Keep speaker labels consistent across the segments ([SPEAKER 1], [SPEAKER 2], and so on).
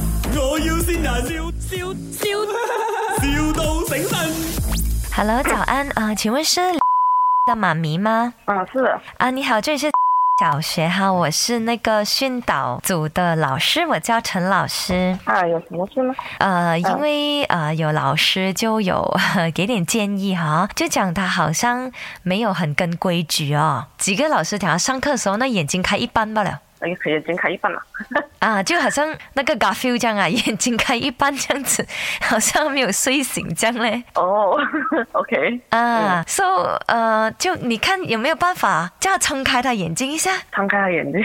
[SPEAKER 1] 要先人，笑笑笑，,笑到醒神。
[SPEAKER 2] Hello，早安啊、呃请问是 的妈咪吗？
[SPEAKER 3] 啊，是的，
[SPEAKER 2] 啊，你好，这里是 小学哈，我是那个训导组的老师，我叫陈老师。
[SPEAKER 3] 啊，有什么事吗？
[SPEAKER 2] 呃，因为呃有老师就有 给点建议哈，就讲他好像没有很跟规矩哦。几个老师讲他上课的时候那眼睛开一半罢了。
[SPEAKER 3] 哎，眼睛开一半了。
[SPEAKER 2] 啊，就好像那个 Garfield 这样啊， 眼睛开一半这样子，好像没有睡醒这样嘞。
[SPEAKER 3] 哦，OK， 嗯
[SPEAKER 2] 啊、s o 呃，就你看有没有办法叫他撑开他眼睛一下？
[SPEAKER 3] 张开了眼睛，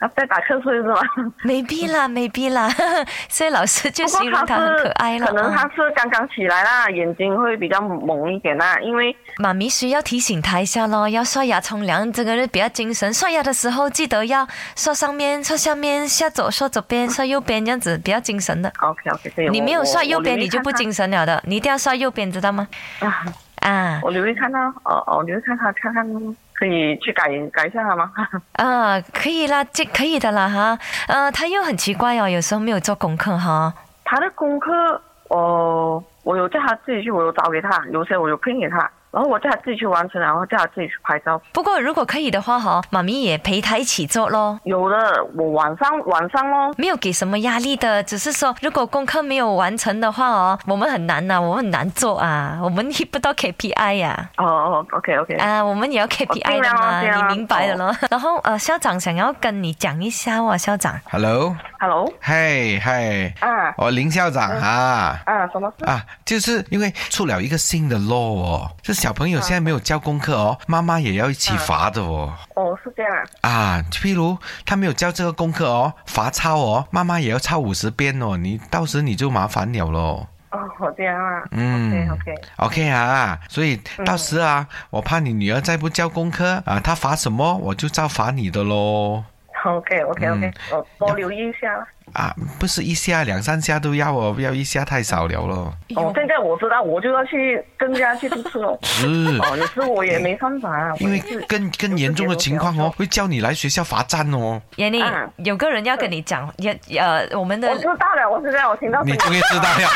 [SPEAKER 3] 啊，在打瞌睡是 吗？
[SPEAKER 2] 没必 啦，没必啦， 所以老师就
[SPEAKER 3] 不
[SPEAKER 2] 形容
[SPEAKER 3] 过
[SPEAKER 2] 他
[SPEAKER 3] 他
[SPEAKER 2] 很
[SPEAKER 3] 是
[SPEAKER 2] 可爱了。
[SPEAKER 3] 可能他
[SPEAKER 2] 嗯
[SPEAKER 3] 是刚刚起来啦，眼睛会比较蒙一点啦，因为
[SPEAKER 2] 妈咪需要提醒他一下咯，要刷牙冲凉，这个人比较精神。刷牙的时候记得要刷上面、刷下面、下左、刷左边、刷右边，这样子比较精神的。
[SPEAKER 3] OK OK，所以我哦
[SPEAKER 2] 你没有刷右边，你就不。
[SPEAKER 3] 我
[SPEAKER 2] 精神了的。你一定要刷右边，知道吗？
[SPEAKER 3] 我留意看看啊
[SPEAKER 2] 啊
[SPEAKER 3] 我留意看他，哦哦，留意看他，看看可以去改改一下他吗？
[SPEAKER 2] 啊，可以啦，这可以的啦哈。呃，他又很奇怪哦，有时候没有做功课哈。
[SPEAKER 3] 他的功课，哦，我有叫他自己去，我有找给他，有些我有拼给他，然后我叫他自己去完成，然后叫他自己去拍照。
[SPEAKER 2] 不过如果可以的话哈，妈咪也陪他一起做咯。
[SPEAKER 3] 有的，我晚上晚上咯，
[SPEAKER 2] 没有给什么压力的，只是说如果功课没有完成的话哦，我们很难呐、我们很难做啊，我们 hit 不到 KPI 呀、
[SPEAKER 3] 哦哦，OK OK，
[SPEAKER 2] 啊，我们也要
[SPEAKER 3] 我
[SPEAKER 2] KPI
[SPEAKER 3] 尽
[SPEAKER 2] 的
[SPEAKER 3] 量啊
[SPEAKER 2] 嘛，
[SPEAKER 3] 尽量啊
[SPEAKER 2] 你明白的咯。然后呃，校长想要跟你讲一下哦，校长，
[SPEAKER 4] Hello，
[SPEAKER 3] Hello，
[SPEAKER 4] 嘿嘿，
[SPEAKER 3] 啊
[SPEAKER 4] 哦，林校长啊。
[SPEAKER 3] 啊，什么事？
[SPEAKER 4] 啊，就是因为出了一个新的 law 哦，这小朋友现在没有交功课哦，妈妈也要一起罚的哦。
[SPEAKER 3] 哦，是这样啊，
[SPEAKER 4] 啊，譬如他没有交这个功课哦，罚抄哦，妈妈也要抄五十遍哦，你到时你就麻烦了喽。
[SPEAKER 3] 哦，这样啊，
[SPEAKER 4] 嗯
[SPEAKER 3] OK，OK
[SPEAKER 4] ，OK 啊，所以到时啊，我怕你女儿再不交功课啊，她罚什么我就照罚你的喽。
[SPEAKER 3] ，OK OK OK，
[SPEAKER 4] 嗯
[SPEAKER 3] 我多留意一下啦。
[SPEAKER 4] 啊，不是一下两三下都要哦，不要一下太少了咯。
[SPEAKER 3] 哦，现在我知道，我就要去更加去督促了。
[SPEAKER 4] 是，
[SPEAKER 3] 哦，你是我也没办法啊，
[SPEAKER 4] 嗯因为
[SPEAKER 3] 我也是
[SPEAKER 4] 更更严重的情况哦，会叫你来学校罚站哦。
[SPEAKER 2] 妍妮、
[SPEAKER 3] 嗯
[SPEAKER 2] 有个人要跟你讲，也呃，我们的
[SPEAKER 3] 我知道了，我知道，我听
[SPEAKER 2] 啊
[SPEAKER 3] 到
[SPEAKER 4] 你终于知道 了，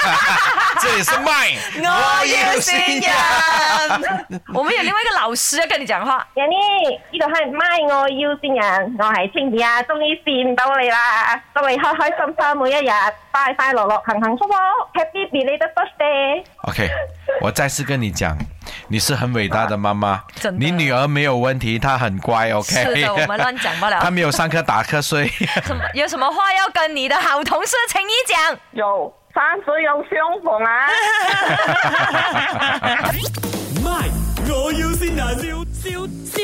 [SPEAKER 4] 这里是麦，
[SPEAKER 2] 信任。 我们有另外一个老师要跟你讲话。
[SPEAKER 5] 人呢，呢度系咪我要先人，我係青兒啊，終於見到你啦，祝你開開心心每一日，快快樂樂，幸幸福福，Happy belated birthday！
[SPEAKER 4] OK，我再次跟你讲，你是很伟大的妈妈
[SPEAKER 2] 真，的
[SPEAKER 4] 你女儿没有问题，她很乖。OK，
[SPEAKER 2] 是的，我们乱讲不了
[SPEAKER 4] 她。没有上课打瞌睡。
[SPEAKER 2] 什么有什么话要跟你的好同事陈怡讲？
[SPEAKER 3] 有三十有相逢啊。
[SPEAKER 1] My，我要先人，笑笑笑，